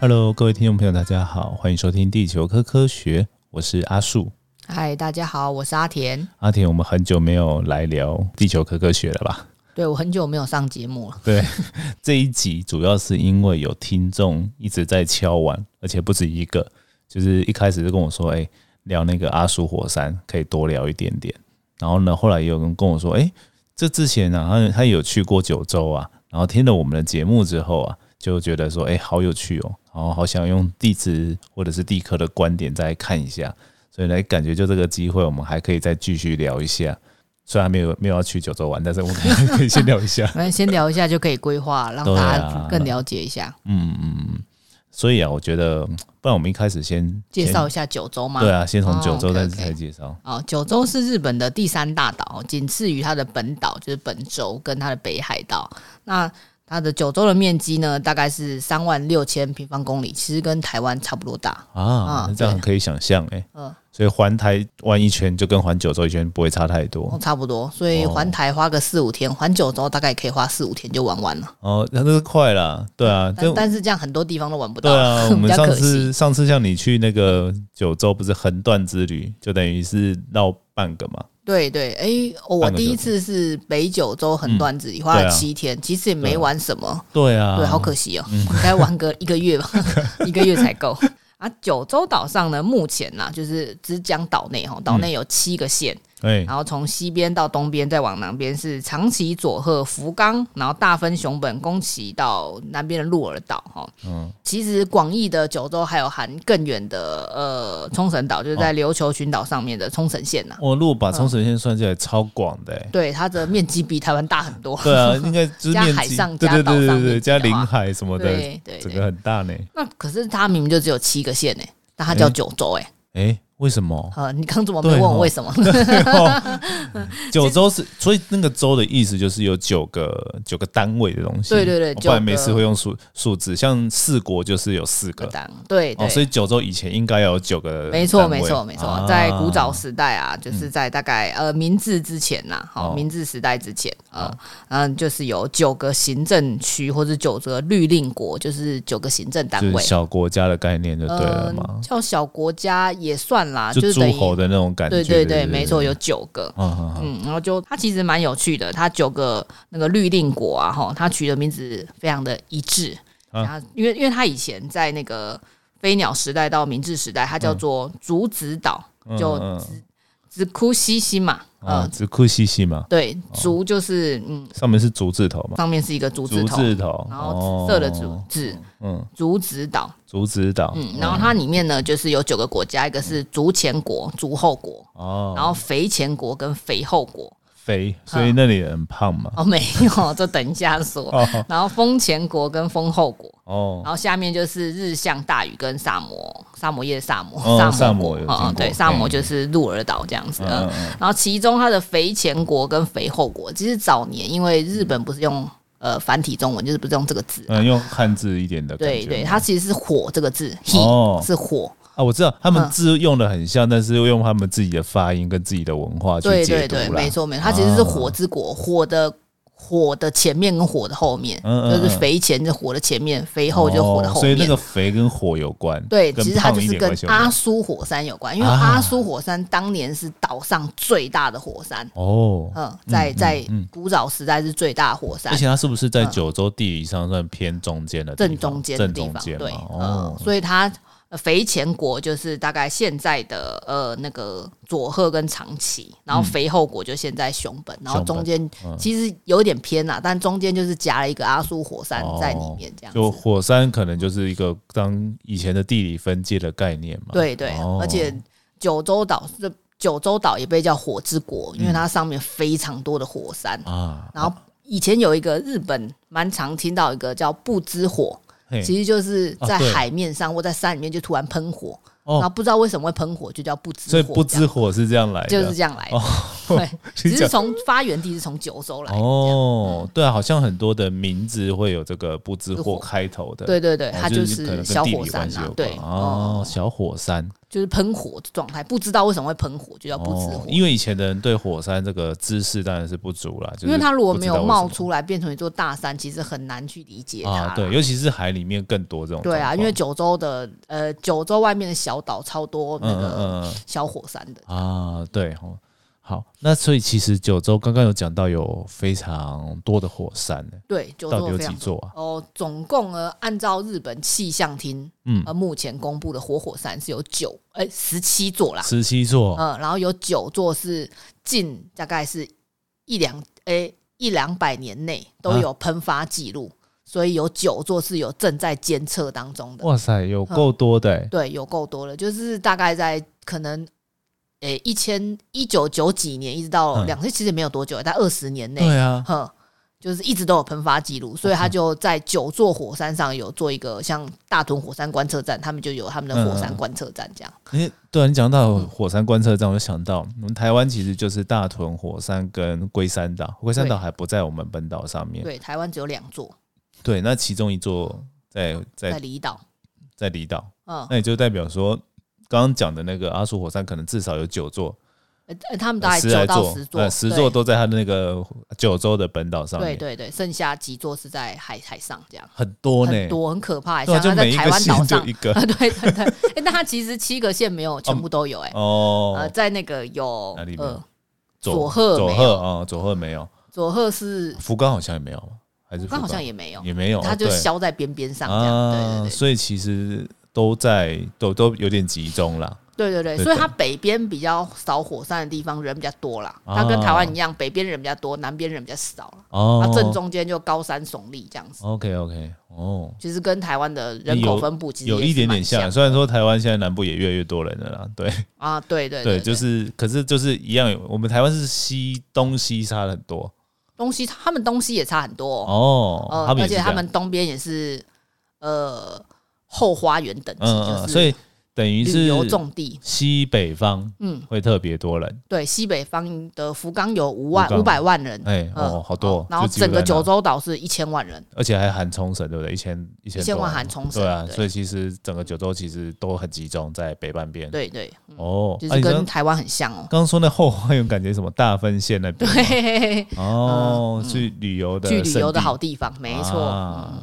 Hello，各位听众朋友，大家好，欢迎收听《地球科科学》，我是阿树。嗨，大家好，我是阿田。阿田，我们很久没有来聊《地球科科学》了吧？对我很久没有上节目了，对，这一集主要是因为有听众一直在敲碗，而且不止一个，就是一开始就跟我说，哎、聊那个阿叔火山可以多聊一点点。然后呢，后来也有人跟我说，哎、这之前啊，他他有去过九州啊，然后听了我们的节目之后啊，就觉得说，哎、好有趣哦，然后好想用地质或者是地科的观点再看一下，所以呢，感觉就这个机会，我们还可以再继续聊一下。虽然没有没有要去九州玩，但是我们可以可以先聊一下。反正先聊一下就可以规划，让对大啊家更了解一下，嗯嗯嗯，所以啊，我觉得，嗯不然我们一开始先介绍一下九州先嘛。对啊，先从哦九州再 OK，OK 再介绍。哦，九州是日本的第三大岛，仅次于它的本岛，就是本州跟它的北海道。那它的九州的面积呢，大概是三万六千平方公里，其实跟台湾差不多大。啊，嗯那这样对可以想象哎、嗯所以环台湾一圈就跟环九州一圈不会差太多哦，差不多，所以哦环台花个四五天，环九州大概可以花四五天就玩完了。哦，那都是快啦，对啊，但就但是这样很多地方都玩不到，对 啊，我比们较上可惜次。上次像你去那个九州不是横断之旅，就等于是绕半个嘛，对对，哎、哦我半个第九一次是北九州横断自己、花对了啊七天，其实也没玩什么，对啊，对，好可惜哦，应该玩个一个月吧， 一个月才够。 啊，九州岛上呢，目前呐、就是只讲岛内哈，嗯岛内有七个县，哎、然后从西边到东边，再往南边是长崎、佐贺、福冈，然后大分、熊本、宫崎到南边的鹿儿岛哈。嗯，其实广义的九州还有含更远的呃冲绳岛，就是哦在琉球群岛上面的冲绳县呐、我如果哦把冲绳线算起来超广的、 欸，对，它的面积比台湾大很 多。对啊，应该就是加面海积上，对加对岛对上对对，面积加的领话海什么的，对对整个对。很大呢、那可是它明明就只有七个县呢、但它叫嗯九州哎、哎、为什么？呃，你刚怎么没对问哦我为什么？九州是，所以那个州的意思就是有九个九个单位的东西。对对对哦不然九个每次会用数数字，像四国就是有四 个。当对对。哦，所以九州以前应该要有九个单位。没错，没错，没错啊，在古早时代啊，就是在大概呃明治之前呐，好，哦明治时代之前啊，嗯，就是有九个行政区或者九个律令国，就是九个行政单就位是，小国家的概念就对了嗯嘛，，叫小国家也算啦，就是诸等于侯的那种感觉。对对对，没错，有。九个，嗯嗯嗯，嗯，然后就它其实蛮有趣的，它九个那个律令国啊，哈，它取的名字非常的一致。啊然后，因为因为它以前在那个飞鸟时代到明治时代，它叫做竹子岛，嗯就嗯嗯子库西西嘛，啊，嗯，只酷西西嘛，对，竹就是嗯，上面是竹字头嘛，上面是一个竹字竹哦头，字头，然后紫色的哦竹，字，嗯，竹子岛，竹子岛，嗯，然后它里面呢就是有九个国家，一个是竹前国、竹后国，哦，然后肥前国跟肥后国。肥，所以那里人胖嘛，哦，没有，这等一下说。哦 然后风前国跟风后国，哦，然后下面就是日向大屿跟萨摩，萨摩耶的萨摩，哦萨摩摩有国听过嗯对，萨摩嗯就是鹿儿岛这样子。嗯嗯然后其中它的肥前国跟肥后国，其实早年因为日本不是用呃繁体中文，就是不是用这个字，嗯，用汉字一点的感觉对嘛。对，它其实是火这个字哦，he 是火，啊，我知道他们嗯字用的很像，但是又用他们自己的发音跟自己的文化去对解对读对，啦没。错没错，它其实是啊火之国，火的。火的前面跟火的后面，嗯嗯就是嗯肥前是火的前面，肥后就是火的哦后所以面。那个肥跟火有关，对，跟其实它胖就一是点跟啊关系有关阿苏火山有关，因为啊阿苏火山当年是岛上最大的火山，哦，嗯，在在嗯古早时代是最大的火山而，且它是不是在嗯九州地理上算偏中间的地正方中间的正地中方，间嘛对，嗯哦，，所以它呃肥前国就是大概现在的呃那个佐贺跟长崎，然后肥后国就现在熊本，然后嗯熊本中间嗯其实有点偏啦，但中间就是夹了一个阿苏火山嗯在里哦面，这样就子。火山可能就是一个当以前的地理分界的概念嘛。对对，哦而且九州岛这九州岛也被叫火之国，因为它上面非常多的火山。啊，然后以前有一个日本蛮常听到一个叫不知火，嘿其实就是啊在对海面上或在山里面就突然喷火，哦然后不知道为什么会喷火，就叫不知火。所以不知这样火是这样来的，就是这样来的。对，只是讲从发源地是从九州来。哦，对啊，好像很多的名字会有这个不知是火或开头的，对对对，哦，它就是可能跟小地火理山关系啊有，对，关哦，嗯小火山，就是喷火的状态，不知道为什么会喷火，就叫呃不知哦火，。因为以前的人对火山这个知识当然是不足啦，就是因为它如果没不知有道为冒什出来变成一座大山，其实很难去理解么它啦。啊，对，尤其是海里面更多这种状况，对啊，因为九州的呃，九州外面的小岛超多那个嗯嗯小火山的。嗯啊，对哦。好，那所以其实九州刚刚有讲到有非常多的火山呢，对，九到底州有非几常座啊？哦，总共呢，按照日本气象厅嗯，呃目前公布的活火山是有九呃十七座啦，十七座，嗯，然后有九座是近大概是一两诶一两百年内都啊有喷发记录，所以有九座是有正在监测当中的。哇塞，有呃够多的欸，对，有够多了，就是大概在可能。诶，一千一九九几年一直到嗯两千，其实也没有多久，在二十 年内，对啊，哼，就是一直都有喷发记录，所以他就在九座火山上有做一个像大屯火山观测站，他们就有他们的火嗯山观测站这样。你对啊你讲到火山观测站，我就想到我们台湾其实就是大屯火山跟龟山岛，龟山岛还不在我们本岛上面。对，台湾只有两座对，那其中一座在在在离岛，在离岛，嗯，那也就代表说，刚刚讲的那个阿苏火山可能至少有九座，呃呃他们大概十九来到十座，座，呃，十座对都在它的那个九州的本岛上对面，对对，剩下几座是在海海上这样，很多呢，很多很可怕，对啊，像就他在每一台个湾岛县就上一，个 啊对对对，诶那它其实七个县没有全部都有，哎，呃，哦，在那个有哪里没有呃佐贺佐没贺有啊，佐贺没有，佐贺是，福冈好像也没有，还是刚好像也没有，也没有，哦它就对啊消在边边上这样，对对对。所以其实都在都都有点集中啦。对对对，对所以对它北边比较少火山的地方人比较多啦，啊它跟台湾一样，北边人比较多，南边人比较少了。哦它正中间就高山耸立这样子， OK OK，哦，其实跟台湾的人口分布其实有也一是点蛮点像，像虽然说台湾现在南部也越来越多人了啦，对啊，对对对，就是可是就是一样，我们台湾是西东西差很多东西，他们东西也差很多哦，哦，呃他们而也是且这他样们东边也是呃后花园等级，嗯嗯，就嗯是所以等于旅是游重地，西北方嗯，会特别多人，对，西北方的福冈有五万福冈五百万人，哎嗯哦，好多，然后就几乎整个在那九，州岛是一千万人，而且还含冲绳，对不对？一千一千一千多万含冲绳，对啊，所以其实整个九州其实都很集中在北半边。对对，嗯哦，就啊是你刚跟台湾很像哦。刚刚说那后花园感觉什么大分县那边吗 对，嗯哦，去旅游的去旅啊圣游地的好地方，没错。嗯啊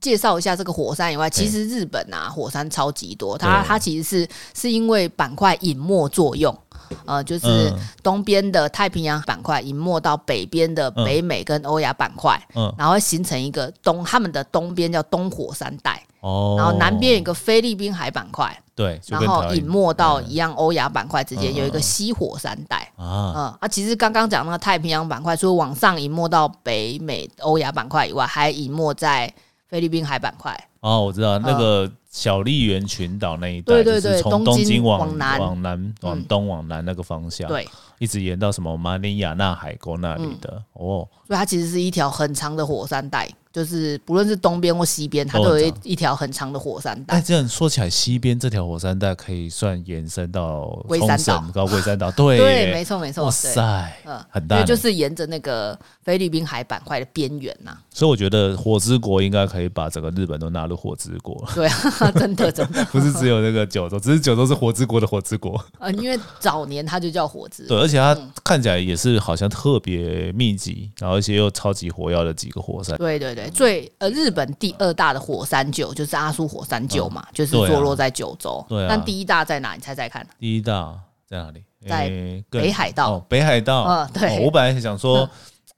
介绍一下这个火山以外，其实日本啊，火山超级多。它对它其实是是因为板块隐没作用，呃，就是嗯东边的太平洋板块隐没到北边的嗯北美跟欧亚板块，嗯然后会形成一个东，他们的东边叫东火山带，哦，然后南边有一个菲律宾海板块，对，就然跟后台湾隐没到一样欧亚板块之间嗯有一个嗯嗯西火山带。啊，嗯啊，其实刚刚讲那个太平洋板块，除了往上隐没到北美、欧亚板块以外，还隐没在菲律宾海板块。哦，我知道那个小笠原群岛那一带，嗯对对就是对从东京京往南嗯往南往东往南那个方向，，对，一直延到什么马里亚纳海沟那里嗯的哦，所以它其实是一条很长的火山带，就是不论是东边或西边，它都都很有一长一条很长的火山哦哎，带。这样说起来，西边这条火山带可以算延伸到龟山冲岛绳到龟山 岛，对对，耶没错没错哇，对，塞，嗯，很大对，呢，就是沿着那个菲律宾海板块的边缘呐。所以我觉得火之国应该可以把整个日本都纳入火之国，对啊，真的真的，不是只有那个九州，只是九州是火之国的火之 国。呃，因为早年它就叫火之，对，而且它嗯看起来也是好像特别密集，然后而且又超级火药的几个火山。对对对，最呃日本第二大的火山臼就是阿苏火山臼嘛，就是对啊坐落在九州。对啊但第一大在哪？你猜猜看？第一大在哪里？在诶更北海道。哦，北海道。嗯对哦我本来想说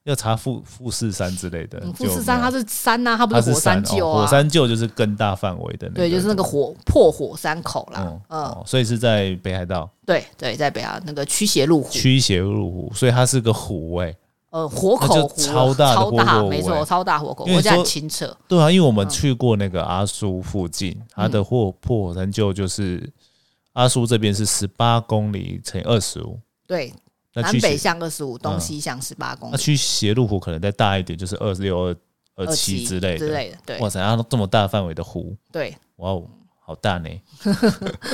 要查富富士山之类的嗯，，富就士山没有它是山呐、它不呃它是火山臼哦啊。火山臼就是更大范围的那个。对，就是那个火破火山口啦。嗯嗯，哦，所以是在北海道对对，在北啊那个驱邪路湖，驱邪入湖，所以它是个湖哎、呃，火那口就湖超大的超火大，口湖没欸错，超大火口，因为我讲说清澈。对啊，因为我们去过那个阿苏附近，它的破破火山臼就是阿苏这边是十八公里乘以二十五，对，那南去北斜向二十五，东嗯西向十八公那里，去斜路湖可能再大一点，就是二十六、二二七27之类之的。啊类的。对哇塞，它这么大范围的湖，对， 哇哦，好大呢。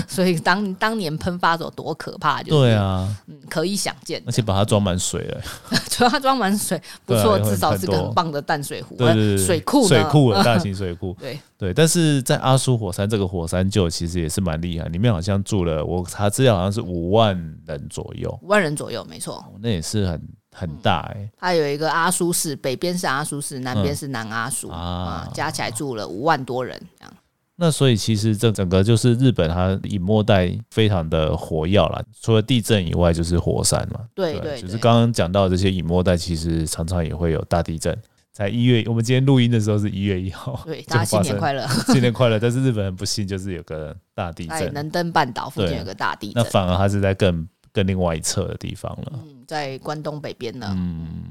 所以当当年喷发的时候多可怕，就是对，啊，嗯，可以想见而。且把它装满水了， 主要它装满水，不对啊错，也会至少是个很多很棒的淡水湖，对呃对对，对水库呢，水库很大型水库 对，对。但是在阿苏火山这个火山就其实也是蛮厉害，里面好像住了，我查资料好像是五万人左右，五万人左右，没错。哦那也是很嗯很大哎、它有一个阿苏市，北边是阿苏市，南边是南阿苏、啊啊，加起来住了五万多人这样。那所以其实这整个就是日本，它以末代非常的活跃啦，除了地震以外，就是火山嘛。对对啊就是对刚刚讲到这些以末代，其实常常也会有大地震。在一月，我们今天录音的时候是一月一号， 对，就大家新发年生快乐！新年快乐！但是日本很不幸，就是有个大地在震，啊能登半岛附近有个大地那震，反而它是在更更另外一侧的地方了。嗯，在关东北边呢。嗯，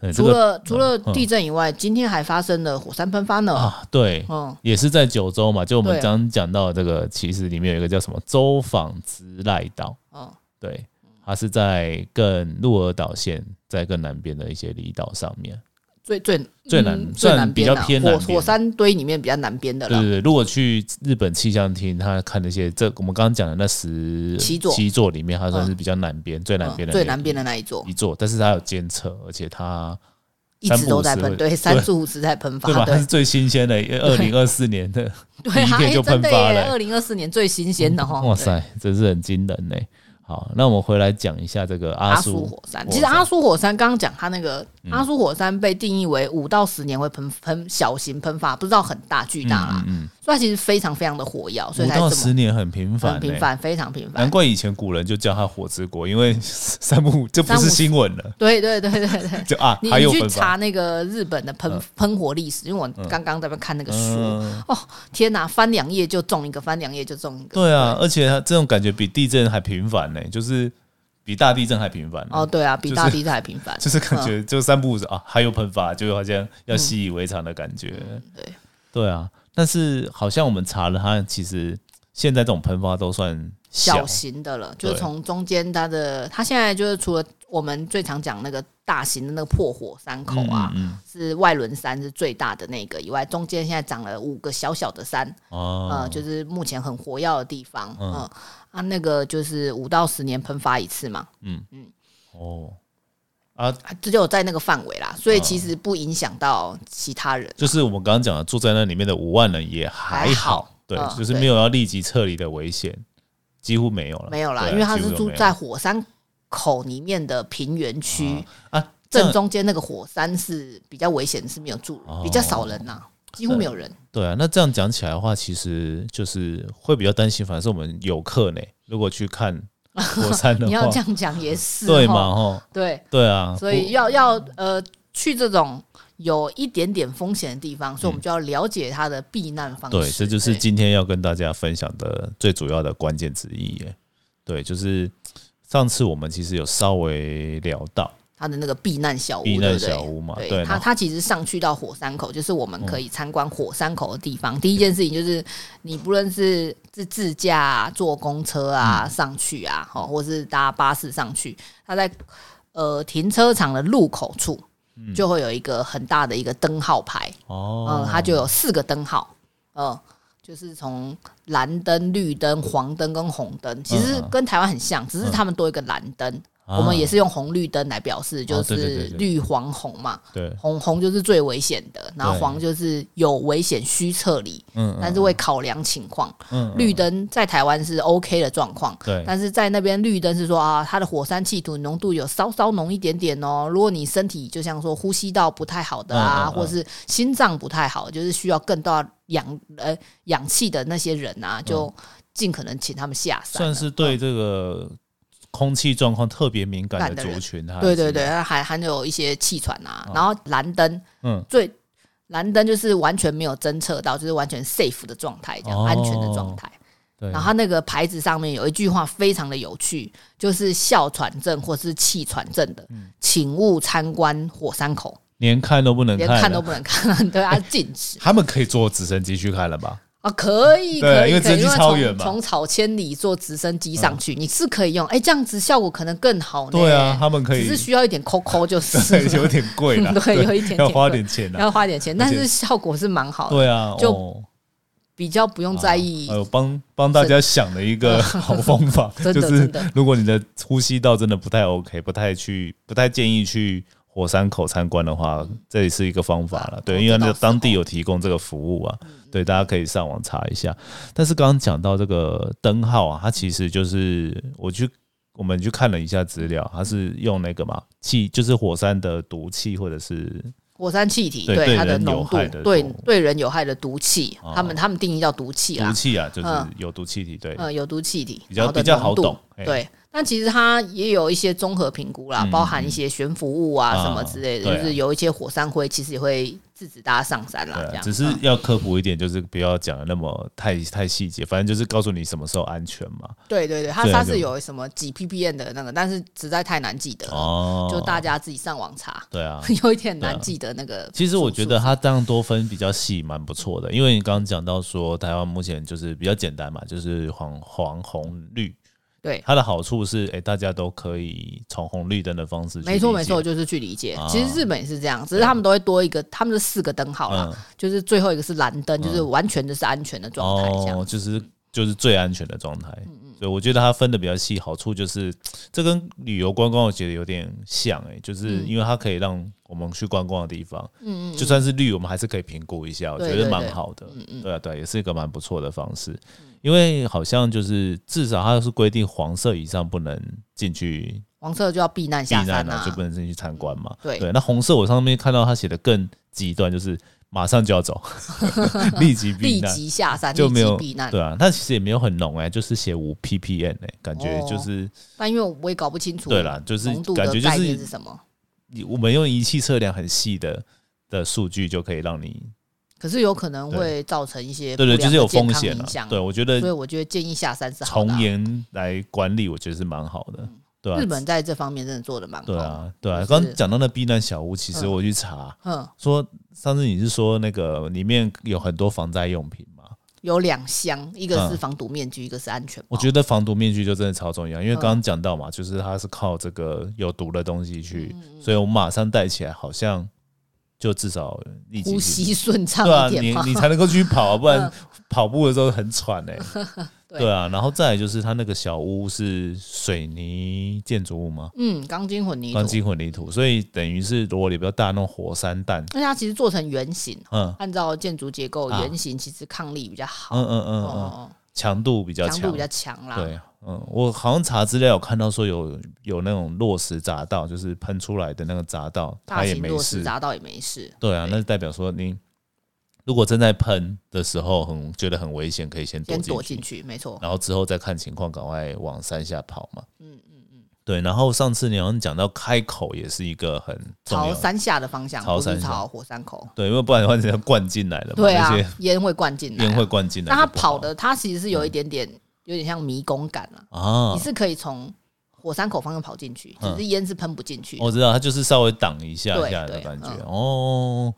对这除个了除了嗯地震以外，今天还发生了火山喷发呢。啊，对，嗯，也是在九州嘛，就我们对啊刚刚讲到的这个，其实里面有一个叫什么州访直赖岛，哦，对，它是在更鹿儿岛县在更南边的一些离岛上面。最最最南嗯最算南比边较啊偏南火边火山堆里面比较南边的对了。对对，如果去日本气象厅，他看那些这我们刚刚讲的那十七座七座里面，它算是比较南边、最南边嗯的、最南边的那一座一座，但是它有监测，而且它一直都在三不五喷，时对，对三十五时在喷对吧？发，它对是最新鲜 的，二零二四年的，对啊，第一天哎就真喷的发了嗯耶，二零二四年最新鲜的哈，哇哦对，塞，真是很惊人呢。好，那我们回来讲一下这个阿阿苏嗯苏火山。其实阿苏火山刚刚讲它那个阿苏火山被定义为五到十年会喷喷小型喷发，不知道很大巨大啦，嗯所以它其实非常非常的火药，嗯，所以五才到这十么年很频繁很呢，频繁，非常频繁难。怪以前古人就叫它火之国，因为 三不五这不三是不新闻了，对对对对 对。就啊你还你有去分查发。那个日本的喷嗯喷火历史，因为我刚刚在那边看那个书，哦嗯，天哪，翻两页就中一个，翻两页就中一个。对啊，而且它这种感觉比地震还频繁呢，就是比大地震还频繁呢哦，，对啊，比就是大地震还频繁，就是感觉就三不五时啊，还有喷发，就好像要习以为常的感觉。嗯对，对啊，但是好像我们查了，它其实现在这种喷发都算小型的了，就是对从中间它的，它现在就是除了我们最常讲那个大型的那个破火山口啊，嗯嗯嗯是外轮山是最大的那个以外，中间现在长了五个小小的山，哦，呃，就是目前很活跃的地方，嗯、嗯啊，那个就是五到十年喷发一次嘛，哦，啊只有在那个范围啦，所以其实不影响到其他人，就是我们刚刚讲的，住在那里面的五万人也还还好，好对，嗯就是没有要立即撤离的危险，几乎没有了，没有啦，对啊因为它几是乎都住没有在火山口里面的平原区，啊这正样中间那个火山是比较危险，是没有住人，哦比较少人呐、几乎没有人。对啊，那这样讲起来的话，其实就是会比较担心，反而是我们游客呢，如果去看火山的 你要话这，样讲也是对吼嘛？吼，对，对啊，所以要要呃去这种有一点点风险的地方，所以我们就要了解它的避难方式。嗯对，这就是对今天要跟大家分享的最主要的关键之一耶。对，就是上次我们其实有稍微聊到它的那个避难小屋，避难哦对不对小屋嘛，对对，嗯它，它其实上去到火山口，就是我们可以参观火山口的地方。第一件事情就是，你不论是自自驾、啊、坐公车嗯啊、上去啊，哦，或是搭巴士上去，它在呃停车场的入口处。嗯就会有一个很大的一个灯号牌，哦嗯，，它就有四个灯号，嗯，就是从蓝灯、绿灯、黄灯跟红灯，其实嗯嗯跟台湾很像，只是他们多一个蓝灯，啊我们也是用红绿灯来表示，就哦对对是对对绿、黄、红嘛。啊对，红红就是最危险的，然后对黄就是有危险需撤离，嗯，但是会考量情况。嗯绿灯在台湾是 OK 的状况，对但是在那边绿灯是说啊，它的火山气土浓度有稍稍浓一点点哦。如果你身体就像说呼吸道不太好的嗯啊，嗯嗯或是心脏不太好，就是需要更多氧呃氧气的那些人啊，就尽可能请他们下山啊了。嗯算是对这个空气状况特别敏感敏的感的人族群，它还对是对对，，还含有一些气喘啊，然后蓝灯哦嗯，最蓝灯就是完全没有侦测到，就是完全 safe 的状态，这样、哦安全的状态。对，然后它那个牌子上面有一句话非常的有趣，就是哮喘症或是气喘症的，嗯请勿参观火山口，连看都不能连看看了都不能看，对啊， 禁止 他们可以坐直升机去看了吧？ 啊，可以，对可以，因为直可以升机从超远嘛从草千里坐直升机上去，你是可以用，哎，这样子效果可能更好呢。对啊，，他们可只以是，需要一点抠抠就是 对，，有点贵啦， 对有一点点要花贵点钱啦。要花点钱，但而且是效果是蛮好的。对啊，就哦比较不用在意啊。还有帮帮大家想了一 个好方法，真的就是真的如果你的呼吸道真的不太 OK，不太去，不太建议去火山口参观的话，这也是一个方法了。哦对，因为这倒那是当地有提供这个服务啊，对，大家可以上网查一下。但是刚刚讲到这个灯号啊，它其实就是我去。我们去看了一下资料，它是用那个嘛气，就是火山的毒气或者是火山气体对对它的人有浓度害的，对毒对人有害的毒气，哦他们他们定义叫毒气毒啦，气啊，就是嗯有毒气体，对，呃，有毒气体，比较然后的比较好浓度懂嘿对。但其实它也有一些综合评估啦，嗯包含一些悬浮物啊啊什么之类的，对啊就是有一些火山灰其实也会制止大家上山啦，对这啊，样。只是嗯要科普一点，就是不要讲的那么 太太细节，反正就是告诉你什么时候安全嘛。对对对，它对啊它就是有什么几 ppm 的那个，但是实在太难记得了，哦，就大家自己上网查， 对啊。有一点对难啊记得那个数。其实我觉数得它这样多分比较细，蛮不错的。因为你刚刚讲到说，台湾目前就是比较简单嘛，就是黄黄红绿。对，它的好处是，哎、大家都可以从红绿灯的方式去没错理没解错，，就是去理解啊。其实日本也是这样，只是他们都会多一个，他们是四个灯号啦嗯，就是最后一个是蓝灯，就是完全的是安全的状态这哦样，。嗯就是就是最安全的状态。所以我觉得它分的比较细，好处就是这跟旅游观光我觉得有点像哎、嗯就是因为它可以让我们去观光的地方，嗯嗯，就算是绿，我们还是可以评估一下，我对觉得对嗯蛮对好的。对啊对啊，也是一个蛮不错的方式，因为好像就是至少它是规定黄色以上不能进去黄色就要避难避下难山啊，就不能进去参观嘛。对那红色我上面看到它写的更极端，就是马上就要走， 立即避立难。即下山，就立没即有避难。对啊，它其实也没有很浓哎、就是写五 ppm 哎、感觉哦就是、但因为我也搞不清楚对啦，就是浓度感的觉就概念是是什么，你我们用仪器测量很细的的数据就可以让你可是有可能会造成一些对对，不就良是的有健风康险影了、响。对，我觉所以得我觉得建议下山是好的从啊。严来管理，我觉得是蛮好的，对啊嗯日，本在这方面真的做的蛮好。对啊，对啊。就是刚刚讲到那避难小屋，其实嗯我去查、嗯，说，上次你是说那个里面有很多防灾用品嘛？有两箱，一个是嗯防毒面具，一个是安全帽。我觉得防毒面具就真的超重要，因嗯为刚刚讲到嘛，就是它是靠这个有毒的东西嗯去，所以我马上戴起来，好像就至少立即呼吸顺畅对啊，一你点嘛。你才能够去跑啊，不然跑步的时候很喘 哎、对对啊，然后再来就是它那个小屋是水泥建筑物吗？嗯，钢筋混凝土，钢筋混凝土，所以等于是如果你比较大那种火山弹，那它其实做成圆形，嗯按照建筑结构，啊圆形其实抗力比较好，嗯嗯嗯嗯，哦，强度比较强强，度比较强啦。对，嗯，我好像查资料有看到说有有那种落石匝道，就是喷出来的那个匝道，大它也型没落石事。砸到也没事。对啊，对那就代表说你如果正在喷的时候很觉得很危险，可以先躲先进躲去，啊进去，没错。然后之后再看情况，赶快往山下跑嘛。嗯嗯嗯。对，然后上次你好像讲到开口也是一个很重朝要的，山下的方向，朝不是山下朝火山口。对，因为不然的话人家灌进来了嘛，对啊那些，烟会灌进来啊。烟会灌进来但就不好。嗯它跑的，它其实是有一点点，有点像迷宫感啊。啊你，是可以从火山口方向跑进去，只嗯哦是烟是喷不进去的。我知道，它就是稍微挡一下对下的对感觉嗯哦，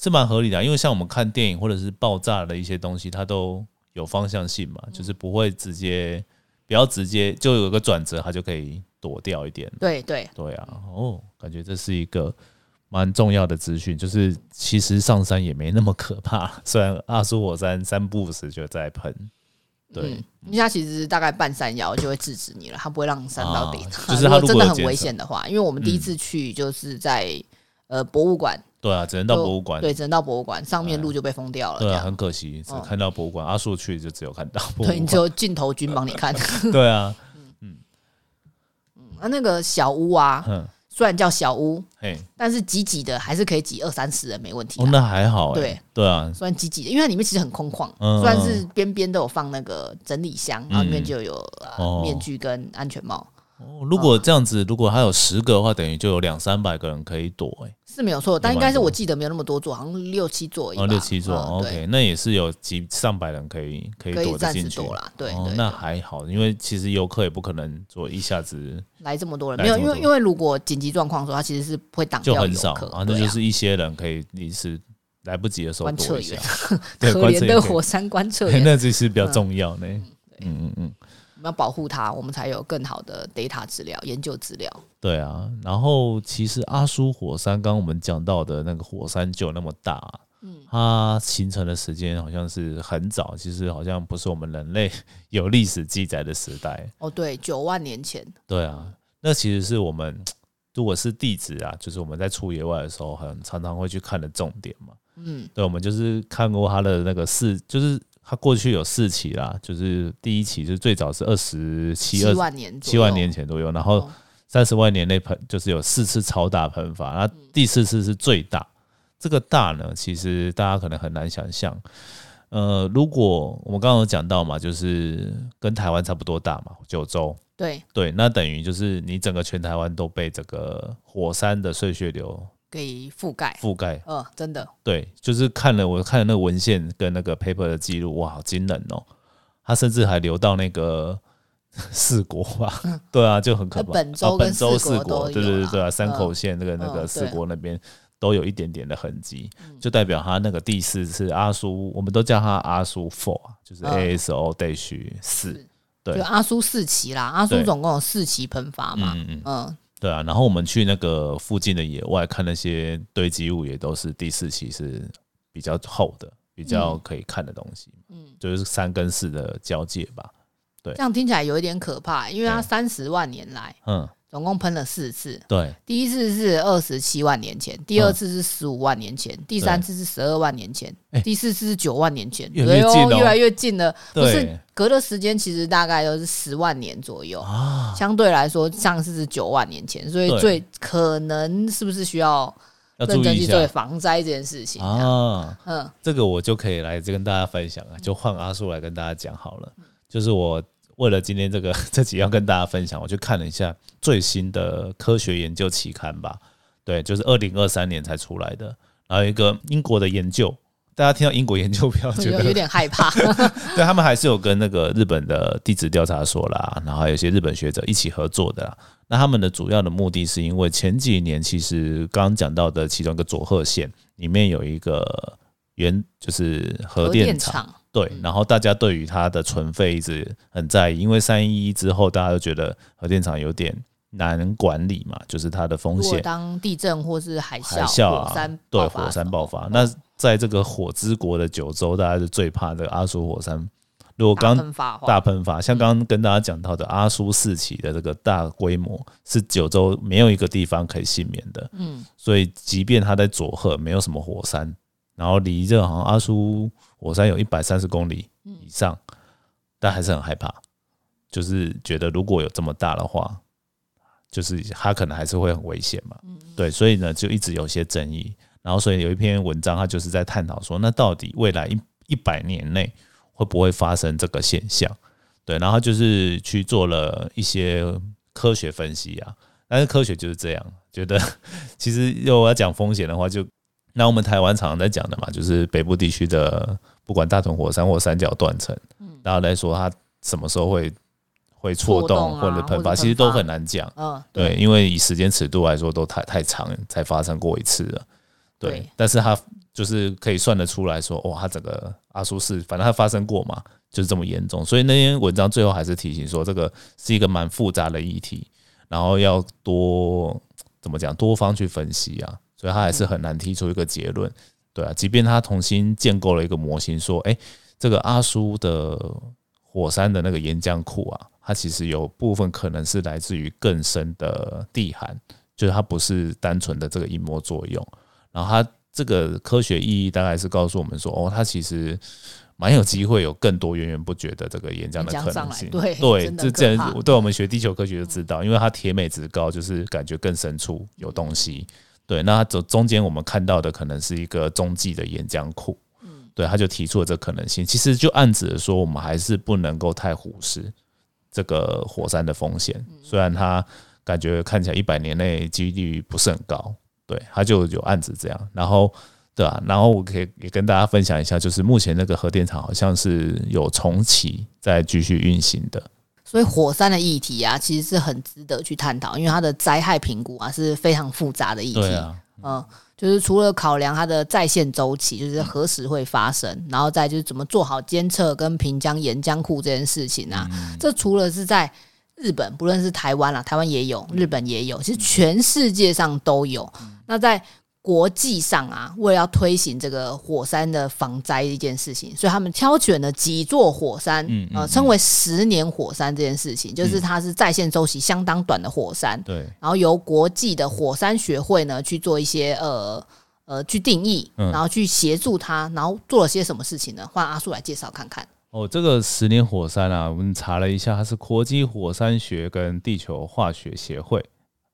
是蛮合理的啊、因为像我们看电影或者是爆炸的一些东西，它都有方向性嘛，嗯就是不会直接，不要直接就有个转折，它就可以躲掉一点。对对，对啊，哦，感觉这是一个蛮重要的资讯，就是其实上山也没那么可怕， 虽然阿苏火山三不五时就在喷，对。嗯，因为它其实大概半山腰就会制止你了，它不会让你山到顶。啊就是它如果如果真的有很检危测嗯险的话，因为我们第一次去就是在、呃博物馆，对啊，只能到就博物馆。嗯对，只能到博物馆，上面路就被封掉了，这对啊，样。很可惜，只嗯看到博物馆。阿树去就只有看到博物对，馆你。只有镜头君帮你看。 对啊，啊，那个小屋啊，嗯，虽然叫小屋，嘿，但是挤挤的还是可以挤二三十人没问题哦，啦。那还好哎、对对啊，虽然挤挤的，因为它里面其实很空旷，嗯虽然是边边都有放那个整理箱，然后里面嗯就有、呃哦面具跟安全帽，哦如果这样子，如果他有十个的话，等于就有两三百个人可以躲哎、是没有错，但蛮应该是多我记得没有那么多座，好像六七座而已吧，哦，六七座、嗯 o 对 k 那也是有几上百人可以可以可以躲得暂时进去。躲啦，对哦对，，那对还好，因为其实游客也不可能说一下子来这么多人来没有，这因么为因为如果紧急状况的时候，它其实是会挡就掉很游少客，啊，对那就是一些人可以临时来不及的时候观躲测一下 员。，对可观怜测的员可以火山观 测员，那这是比较重要呢。嗯嗯嗯，我们要保护它，我们才有更好的 data 资料、研究资料。对啊。然后其实阿苏火山，刚刚我们讲到的那个火山就有那么大，嗯它形成的时间好像是很早，其实好像不是我们人类 有历史记载的时代。哦，对，九万年前，对啊，那其实是我们如果是地址啊，就是我们在出野外的时候，很常常会去看的重点嘛。嗯对，我们就是看过它的那个四，就是它过去有四期啦，就是第一期是最早是二十七七二万年左右，七万年前左右，然后哦三十万年内喷就是有四次超大喷发，那第四次是最大。这个大呢，其实大家可能很难想象。呃，如果我们刚刚有讲到嘛，就是跟台湾差不多大嘛，九州。对，对，那等于就是你整个全台湾都被这个火山的碎屑流给覆盖，覆盖。呃，真的，对，就是看了我看了那个文献跟那个 paper 的记录，哇，好惊人哦！它甚至还流到那个 四国吧？对啊，就很可怕。嗯呃本州啊跟本州四四国都国，对对有对啦对啊，山嗯口县那个那嗯个对嗯四国那边都有一点点的痕迹，就代表它那个第四次阿苏，我们都叫它阿苏 Four，啊就是嗯 ASO 带序四是。对就阿苏四期啦，阿苏对总共有四期喷发嘛，嗯嗯，嗯，对啊。然后我们去那个附近的野外看那些堆积物，也都是第四期是比较厚的，比较可以看的东西。嗯，就是三跟四的交界吧。对这样听起来有一点可怕，因为对它三十万年来嗯，总共喷了四次，对第一次是二十七万年前，第嗯二次是十五万年前，第三次是十二万年前哎，第四次是九万年前，越来越哎呦近哦越来越近了。不是对隔的时间其实大概都是十万年左右，啊，相对来说上次是九万年前，所以对最可能是不是需要要认注真意去一做下防灾这件事情？啊。嗯，这个我就可以来跟大家分享了，啊就换阿叔来跟大家讲好了。就是我为了今天这个 这集要跟大家分享，我去看了一下最新的科学研究期刊吧，对，就是二零二三年才出来的，然后一个英国的研究。大家听到英国研究不要觉哦有得有点害怕。对他们还是有跟那个日本的地质调查所啦，然后还有一些日本学者一起合作的啦。那他们的主要的目的是因为前几年其实刚刚讲到的其中一个佐贺县里面有一个原就是核电厂，厂，嗯对，然后大家对于它的存废一直很在意，因为三一一之后大家都觉得核电厂有点难管理嘛，就是它的风如果险。当地震或是海海啸、啸火啊山，对爆发火的山时爆候发。那在这个火之国的九州，大家是最怕这个阿苏火山。如果大刚喷发的话大喷发，像刚刚跟大家讲到的阿苏四起的这个大规模，是九州没有一个地方可以幸免的。嗯，所以即便它在佐贺没有什么火山，然后离这好像阿苏火山有一百三十公里嗯以上，但还是很害怕，就是觉得如果有这么大的话，就是它可能还是会很危险嘛。对，所以呢就一直有些争议。然后所以有一篇文章，它就是在探讨说，那到底未来一一百年内会不会发生这个现象？对，然后就是去做了一些科学分析啊。但是科学就是这样，觉得 其实如果要讲风险的话，就那我们台湾常常在讲的嘛，就是北部地区的不管大屯火山或三角断层，嗯大家在说它什么时候会会错错动动啊或者或喷者发，喷其实都发很难讲。嗯，对，因为以时间尺度来说，都太太长才发生过一次了。对，对但是它就是可以算得出来说，哇，它整个阿苏市，反正它发生过嘛，就是这么严重。所以那篇文章最后还是提醒说，这个是一个蛮复杂的议题，然后要多怎么讲，多方去分析啊，所以它还是很难提出一个结论。对啊，即便他重新建构了一个模型，说，哎、这个阿苏的火山的那个岩浆库啊，它其实有部分可能是来自于更深的地涵，就是它不是单纯的这个隐没作用。然后它这个科学意义大概是告诉我们说，哦，它其实蛮有机会有更多源源不绝的这个岩浆的岩浆可上能来性。对真的这这很可怕样，对我们学地球科学就知道，因为它铁镁值高，就是感觉更深处有东西。对，那它走中间我们看到的可能是一个中继的岩浆库。嗯对，他就提出了这可能性。其实就暗指的说，我们还是不能够太忽视这个火山的风险，嗯虽然它感觉看起来一百年内几率不是很高，对，他就有暗指这样。然后，对啊，然后我可以也跟大家分享一下，就是目前那个核电厂好像是有重启在继续运行的，所以火山的议题啊，其实是很值得去探讨，因为它的灾害评估啊是非常复杂的议题。对啊，嗯，就是除了考量它的在线周期，嗯就是何时会发生，然后再就是怎么做好监测跟平江岩浆库这件事情啊。嗯这除了是在日本，嗯不论是台湾啦、台湾也有，日本也有，其实全世界上都有。那在国际上啊，为了要推行这个火山的防灾这件事情，所以他们挑选了几座火山，嗯嗯呃，称为十年火山这件事情，就是它是在线周期相当短的火山，对，然后由国际的火山学会呢去做一些呃呃去定义，嗯然后去协助他，然后做了些什么事情呢？换阿树来介绍看看。哦，这个十年火山啊，我们查了一下，它是国际火山学跟地球化学协会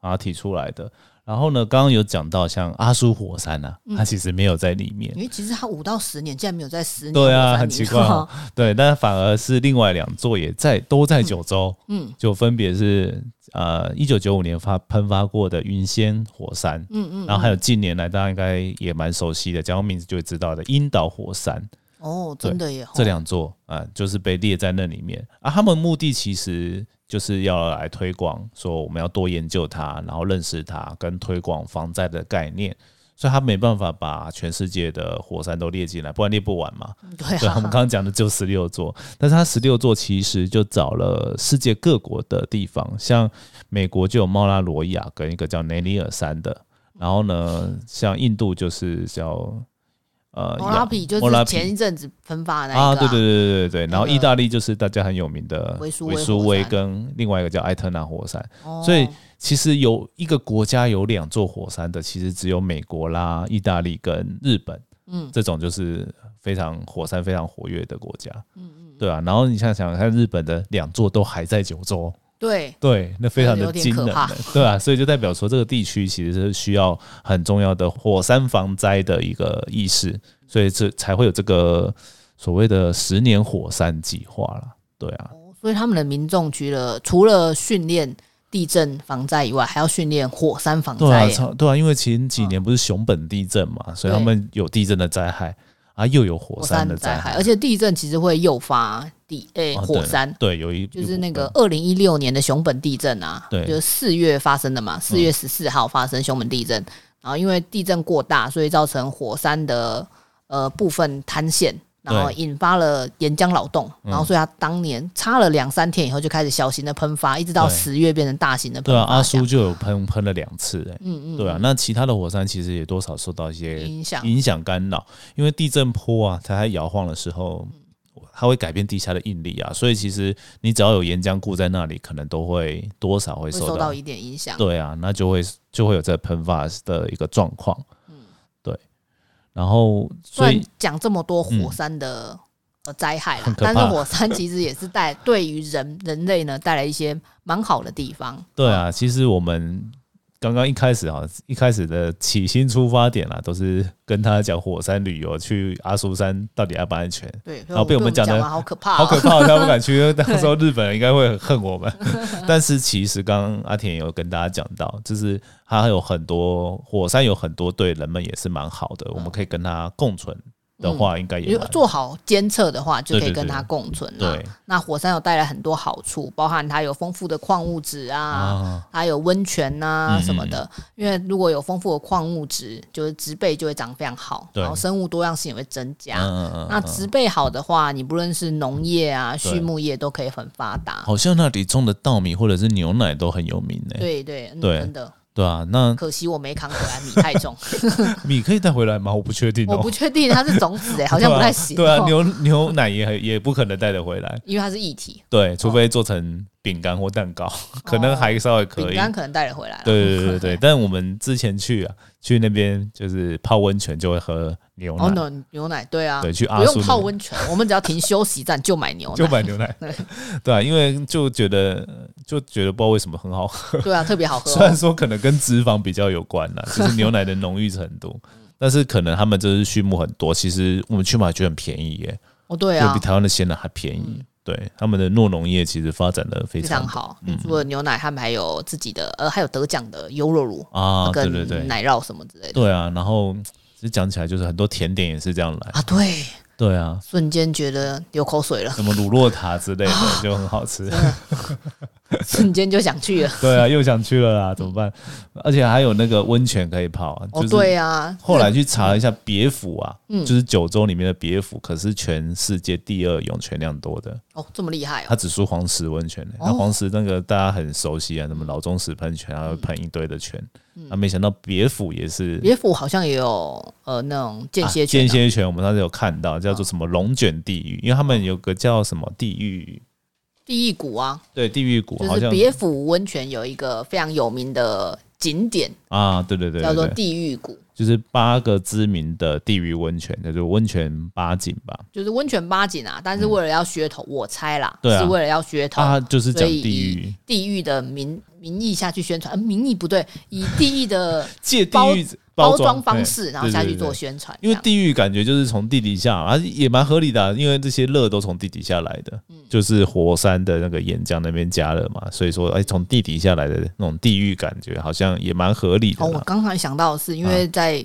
啊提出来的。然后呢，刚刚有讲到像阿苏火山啊，嗯它其实没有在里面，因为其实他五到十年嗯竟然没有在十年，对啊火山很里奇怪 哦对，但反而是另外两座也在都在九州，嗯就分别是呃一九九五年发喷发过的云仙火山，嗯嗯，然后还有近年来大家应该也蛮熟悉的，讲到名字就会知道的樱岛火山，哦，真的耶，这两座啊、就是被列在那里面啊。他们目的其实就是要来推广，说我们要多研究它，然后认识它，跟推广防灾的概念。所以他没办法把全世界的火山都列进来，不然列不完 嘛。哦对对，我们刚啊，刚讲的就十六座，但是它十六座其实就找了世界各国的地方，像美国就有猫拉罗亚跟一个叫雷尼尔山的，然后呢，像印度就是叫呃摩拉雅比就莫拉是比前一阵子喷发的那一个啊，对对对对对对，然后那个意大利就是大家很有名的维苏威维苏火威山跟另外一个叫埃特纳火山，哦所以其实有一个国家有两座火山的，其实只有美国啦、意大利跟日本，嗯这种就是非常火山非常活跃的国家，嗯嗯，对啊。然后你想想看，日本的两座都还在九州，对，对，那非常嗯有的点惊可人怕欸，对啊。所以就代表说，这个地区其实是需要很重要的火山防灾的一个意识，所以这才会有这个所谓的十年火山计划啦。对啊，哦所以他们的民众除了除了训练地震防灾以外，还要训练火山防对灾嗯啊，耶，超对啊，因为前几年不是熊本地震嘛，所以他们有地震的灾害啊，又有火火山山的灾灾害，害，而且地震其实会诱发地诶哦火山，对，有一就是那个二零一六年的熊本地震啊，对嗯就是四月发生的嘛，四月十四号发生熊本地震，然后因为地震过大，所以造成火山的呃部分坍陷，然后对引发了岩浆扰动，嗯然后所以它当年差了两三天以后就开始小型的喷发，一直到对十月变成大型的对喷发啊，这样。阿苏就有喷喷了两次、欸，嗯嗯，对啊，那其他的火山其实也多少受到一些影响影响干扰，因为地震波啊，它在摇晃的时候，嗯它会改变地下的应力啊，所以其实你只要有岩浆固在那里，可能都会多少会会受受到到一点影响。对啊，那就会就会有这喷发的一个状况。对。然后，虽所嗯然以嗯讲这么多火山的呃灾害啦很，可但怕是火山其实也是带对于人人类呢带来一些蛮好的地方。对啊，其实我们刚刚一开始哈，一开始的起心出发点啊啦，都是跟他讲火山旅游去阿苏山到底安不安全，对，然后被我们讲得完好可怕、哦，好可怕，他不敢去，因为到时候日本人应该会很恨我 们。但是其实刚刚阿田也有跟大家讲到，就是它有很多火山，有很多对人们也是蛮好的，我们可以跟它共存的话，应该也如果蛮嗯做好监测的话，就啊可以对对对跟它共存了。对那火山有带来很多好处，包含它有丰富的矿物质啊，啊，它有温泉呐、嗯嗯什么的。因为如果有丰富的矿物质，就是植被就会长得非常好，对然后生物多样性也会增加。嗯嗯那植被好的话，你不论是农业啊、畜牧业都可以很发达。好像那里种的稻米或者是牛奶都很有名呢、对对嗯对真的，对啊，那 可惜我没扛回来，米太 重，米可以带回来吗？我不确定哦、我不确定它是种子哎、 好像不太行、哦对啊，对啊牛牛奶也也不可能带得回来，因为它是液体，对，除非做成饼干或蛋糕，可能还稍微可哦饼以。干啊可能带了回来了。对对对对对，但我们之前去啊，去那边就是泡温泉就会喝牛奶，哦，牛牛奶，对啊，对，去不阿苏用泡温泉，我们只要停休息站就买牛 就奶，买 牛奶，对啊，因为就觉得就觉得不知道为什么很好喝，对啊，特别好喝虽然哦。说可能跟脂肪比较有关 啦，就是牛奶的浓郁程度，但是可能他们就是畜牧很多，其实我们去买觉得很便宜耶，哦，对就啊嗯比，台湾的鲜奶还便宜。对，他们的诺农业其实发展的嗯非非常常好。除了牛奶，他们还有自己的，呃，还有得奖的优酪乳啊，对对跟对，奶酪什么之类的。对啊，然后其实讲起来就是很多甜点也是这样来，啊，对，对啊， 瞬间觉得流口水了。啊什么乳酪塔之类的就很好吃。瞬间就想去了。 对啊，又想去了啦，怎么办？而且还有那个温泉可以泡啊，就哦，是对嗯啊，后来去查了一下别府啊，就是九州里面的别府，可是全世界第二涌泉量多的，哦，这么厉害哦，它只输黄石温泉、哦欸。那黄石那个大家很熟悉啊，什么老钟石喷泉，还会喷一堆的泉。嗯啊，没想到别府也是别府好像也有呃那种间歇啊泉间啊、歇泉，我们上次有看到叫做什么龙卷地狱，因为他们有个叫什么地狱，地狱谷啊，对地狱谷好就是像别府温泉有一个非常有名的景点啊，对对对叫对做对，地狱谷，就是八个知名的地狱温泉，叫做温泉八景吧。就是温泉八景啊，但是为了要噱头，我猜啦，嗯对啊是为了要噱头。啊，就是哦所讲以地以狱，地狱的名名义下去宣传，呃名义不对， 以地狱的借地包狱包装装方对式，然后对下对去对做宣传。因为这样地狱感觉就是从地底下啊，也蛮合理的啊、因为这些热都从地底下来的，嗯就是火山的那个岩浆那边加热嘛，所以说哎，从地底下来的那种地狱感觉好像也蛮合理的哦，啦、啊我刚才想到的是，因为在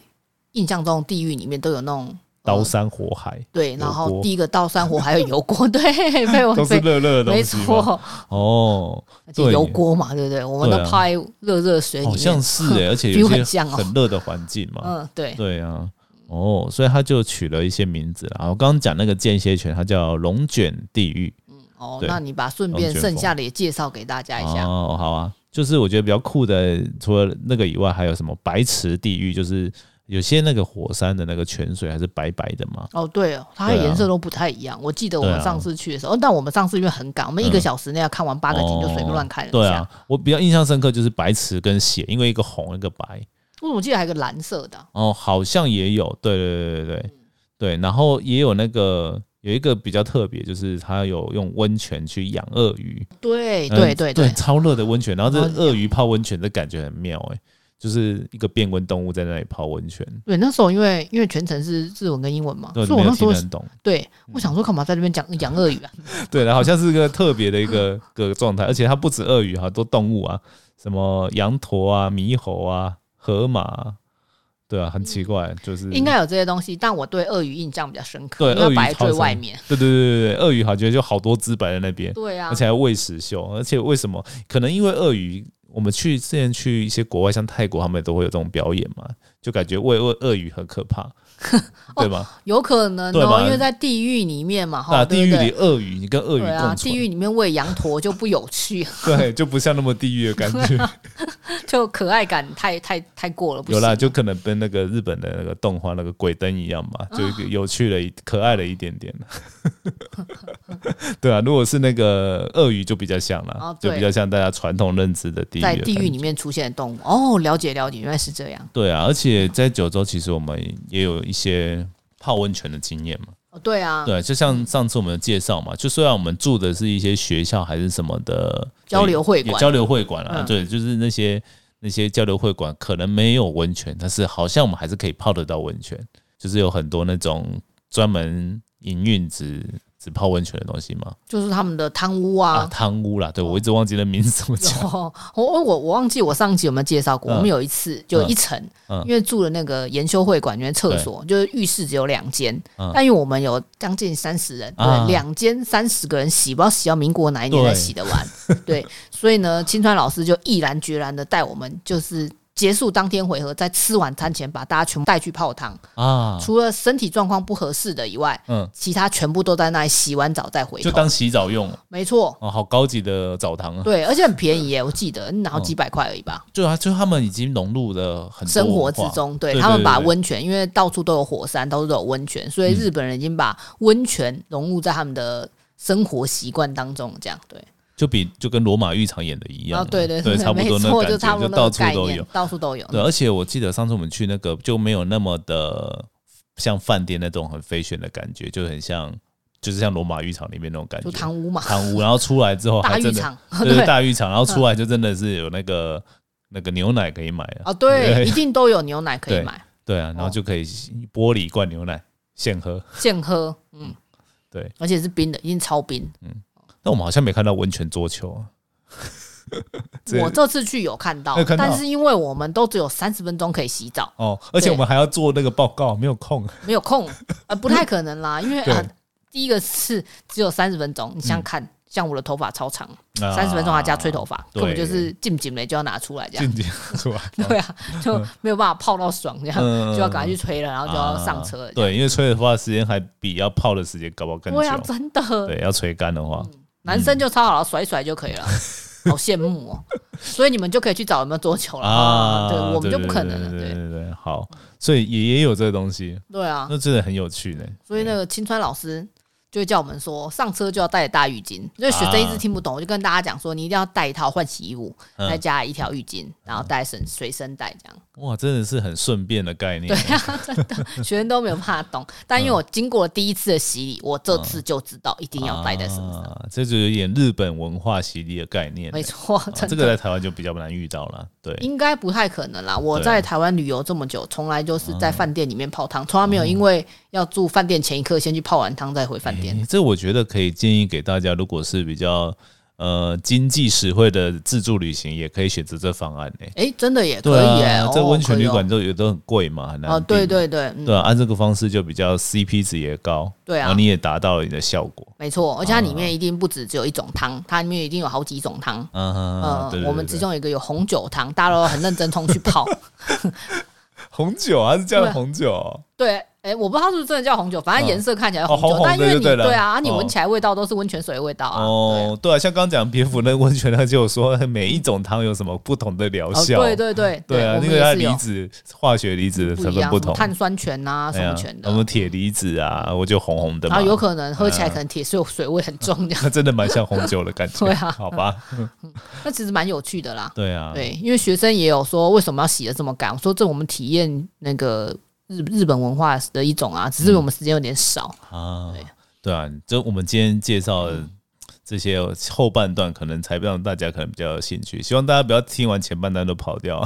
印象中地狱里面都有那种呃刀山火海对，油然后锅第一个到山火还有 油锅，哦对，被我都是被热热的东没西吗，错，哦，而且对油锅嘛，对不对？我们都对啊泡在热热水里面，好像是哎、而且 feel 有些很像哦很热的环境嘛， 嗯，对，对啊，哦，所以他就取了一些名字啦。然后刚刚讲那个间歇泉，它叫龙卷地狱。哦，对那你把顺便剩下的也介绍给大家一下。哦，好啊，就是我觉得比较酷的，除了那个以外，还有什么白池地狱，就是有些那个火山的那个泉水还是白白的嘛。哦，对哦，它的对啊颜色都不太一样。我记得我对们啊嗯上次去的时候，哦但我们上次因为很赶，我们一个小时内要看完八个景，就随便乱看了一对下啊。，我比较印象深刻就是白池跟血，因为一个红一个白。我怎么记得还有一个蓝色的啊？哦，好像也有，对对对对对、嗯对，然后也有那个有一个比较特别，就是它有用温泉去养鳄鱼。对嗯对对对，超热的温泉，然后这然后鳄鱼泡温泉的感觉很妙哎、就是一个变温动物在那里泡温泉，对，那时候因为因为全程哦是日文跟英文嘛，对，所以没我有嗯那时听候得很懂，对我想说干嘛在那边讲养 鳄鱼啊？对然后好像是个特别的一 个个状态，而且它不止鳄鱼，好多动物啊，什么羊驼啊、猕猴啊、河马啊、对啊，很奇怪，就是应该有这些东西，但我对鳄鱼印象比较深刻，对因鳄为它鱼摆在超最深外面。对对对对对，鳄鱼好像就好多只摆在那边，对啊而，且还喂食秀，而且为什么？可能因为鳄鱼，我们去之前去一些国外，像泰国，他们都会有这种表演嘛，就感觉喂喂鳄鱼很可 怕，哦对吧？有可能对哦，吧因为在地狱里面嘛，哈，那地哦对狱不里对？鳄鱼，你跟鳄鱼对啊，共地存，狱里面喂羊驼就不有趣，对，就不像那么地狱的感觉。 啊就可爱感太太太过了，不有行。啦，就可能跟那个日本的那个动画那个鬼灯一样嘛，就一啊个有趣了一、可爱了一点 点。对啊，如果是那个鳄鱼就比较像啦，哦就对比较像大家传统认知的地狱的在感觉。地狱里面出现的动物，哦，了解了解，原来是这样。对啊，而且在九州其实我们也有一些泡温泉的经验嘛。哦，对啊，对，就像上次我们有介绍嘛，就虽然我们住的是一些学校还是什么的交流会有馆交流会馆啊，嗯对，就是那些那些交流会馆可能没有温泉，但是好像我们还是可以泡得到温泉，就是有很多那种专门营运只只泡温泉的东西嘛，就是他们的汤屋啊，啊。 汤屋啦，对我一直忘记那名字怎么有讲，我我我忘记我上集有没有介绍过，嗯我们有一次就嗯一层，嗯因为住的那个研修会馆，因为厕所就是浴室只有两间嗯，但因为我们有将近三十人，啊对，两间三十个人洗，不知道洗到民国哪一年才对洗得完， 对，所以呢，青川老师就毅然决然的带我们就是。结束当天回合，在吃晚餐前把大家全部带去泡汤，啊，除了身体状况不合适的以外，嗯，其他全部都在那里洗完澡再回就头当。洗澡用没错，哦，好高级的澡堂啊，对，而且很便宜耶，我记得然后几百块而已吧。对啊，就他们已经融入了嗯很多生活文之化中，对对对他们把对对嗯温泉，因为到处都有火山，到处都有温泉，所以日本人已经把温泉融入在他们的生活习惯当中，这样对。就比就跟罗马浴场演的一样然啊，后哦对对对，差不没多那错，就感差觉，不多那到个处概都念嗯有。，到处都有。对，啊而且我记得上次我们去那个就没有那么的像饭店那种很飞旋的感觉，就很像就是像罗马浴场里面那种感就觉，堂屋嘛，堂屋，然后出来之 后大还浴真的场，对 对。大浴场，然后出来就真的是有那个那个牛奶可以买啊，哦，对，对一定都有牛奶可以对买，对啊，然后就可以玻璃罐牛奶现喝。现喝，嗯，对，而且是冰的，一定超冰。但我们好像没看到温泉桌球啊，这我这次去有看到有，看到但是因为我们都只有三十分钟可以洗澡，哦，而且对我们还要做那个报告，没有空。啊没有 空，呃，不太可能啦，因为对嗯啊，第一个是只有三十分钟，你想想看，像我的头发超长，啊三十分钟还加吹头发，对根本就是进紧了就要拿出来这样。进阶出来， 对啊，就没有办法泡到爽，这样嗯就要赶快去吹了，然后就要上车了啊。对，因为吹的话时间还比要泡的时间搞不好更对啊，久。真的，对，要吹干的话，男生就超好了，甩一甩就可 以了，好羡慕哦。所以你们就可以去找有没有多久了啊，对，我们对就不可能了。对对对对对，好，所以也也有这个东西，对啊，那真的很有趣呢。所以那个青川老师就会叫我们说，上车就要带大浴巾。因为学啊生一直听不懂，我就跟大家讲说，你一定要带一套换洗衣物，嗯再加一条浴巾，然后带身随身带这样。哇，真的是很顺便的概念对。啊，真嗯的，学生都没有办法 懂。但因为我经过了第一次的洗礼，我这次就知道一定要带在身上。啊，这就有点日本文化洗礼的概念。 没错，啊真这个的。在台湾就比较难遇到了。对，应该不太可能啦！我对嗯在台湾旅游这么久，从来就是在饭店里面泡汤，从来没有因为要住饭店前一刻先去泡完汤再回饭店。诶哎这我觉得可以建议给大家，如果是比较呃经济实惠的自助旅行，也可以选择这方案呢、哎、真的也可对以耶、啊，哦在温泉可以旅哦馆都有都很贵嘛，很难哦，对订对对，嗯，对啊，按这个方式就比较 CP 值也高，对啊然后你也达到了你的效果。没错，而且它里面一定不止只有一种汤，它里面一定有好几种汤。嗯哼，呃嗯，对对对我们对其中有一个有红酒汤，大家都很认真冲去 泡。红酒啊，是这样对的红酒哦、对，哎，我不知道它是不是真的叫红酒，反正颜色看起来是红哦酒，红红的但因为你就对了对啊，啊你哦闻起来味道都是温泉水的味道啊。哦，对啊，像刚刚讲蝙蝠那个温泉，它就有说每一种汤有什么不同的疗哦，效。对对对对啊，我那们个它也是离有子化学离子的不成一分样，不什么同，碳酸泉啊什哎呀么泉我们哎的，铁离子啊，我就红红的然嘛后，有可能喝起来可能铁水水味很重这样， 那真的蛮像红酒的感觉。 对啊好吧，那其实蛮有趣的啦。对啊，对，因为学生也有说为什么要洗的这么干，我说这我们体验那个日日本文化的一种啊，只嗯是我们时间有点少。啊对，嗯对啊，就我们今天介绍的这些后半段，可能才让大家可能比较有兴趣。希望大家不要听完前半段都跑 掉，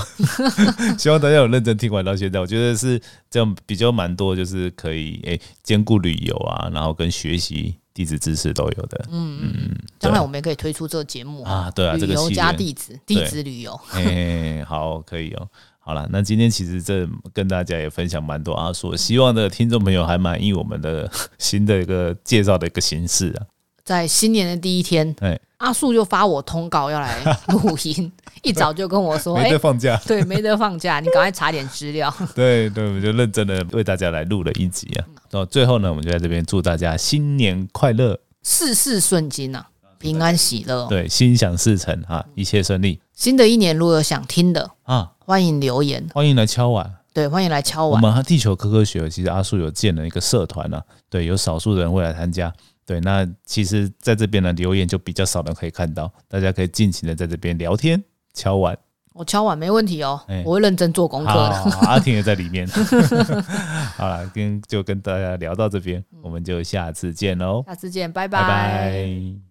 希望大家有认真听完到现在。我觉得是这样比较蛮多，就是可以诶、兼顾旅游啊，然后跟学习地质知识都有的。嗯嗯，将来我们也可以推出这个节目啊，对啊，这旅个游系加列。地址，地址旅游。哎，好，可以哦。好了，那今天其实这跟大家也分享蛮多阿嗯叔，希望的听众朋友还满意我们的 新的一个介绍的一个形式啊。在新年的第一天，哎，阿树就发我通告 要来录音，一早就跟我说：“哎、没得放假，对，没得放假，你赶快查点资料。 对对，我们就认真的为大家来录了一集嗯啊。到最后呢，我们就在这边祝大家新年快乐，事事顺心啊，平安喜乐哦、嗯对，心想事成啊，一切顺利新的一年如果有想听的，啊！欢迎留言，欢迎来敲碗。对，欢迎来嗯敲我碗。们地球科科学，其实阿树有建了一个社团呢、啊，对，有少数人会来参加。对，那其实在这边呢，留言就比较少人可以看到，大家可以尽情的在这边聊天、敲碗。我敲碗没问题哦、哎我会认真做功课好，的。阿婷也在里 面。好了，跟就跟大家聊到这边，我们就下次见喽，嗯哦哦下次见，拜拜拜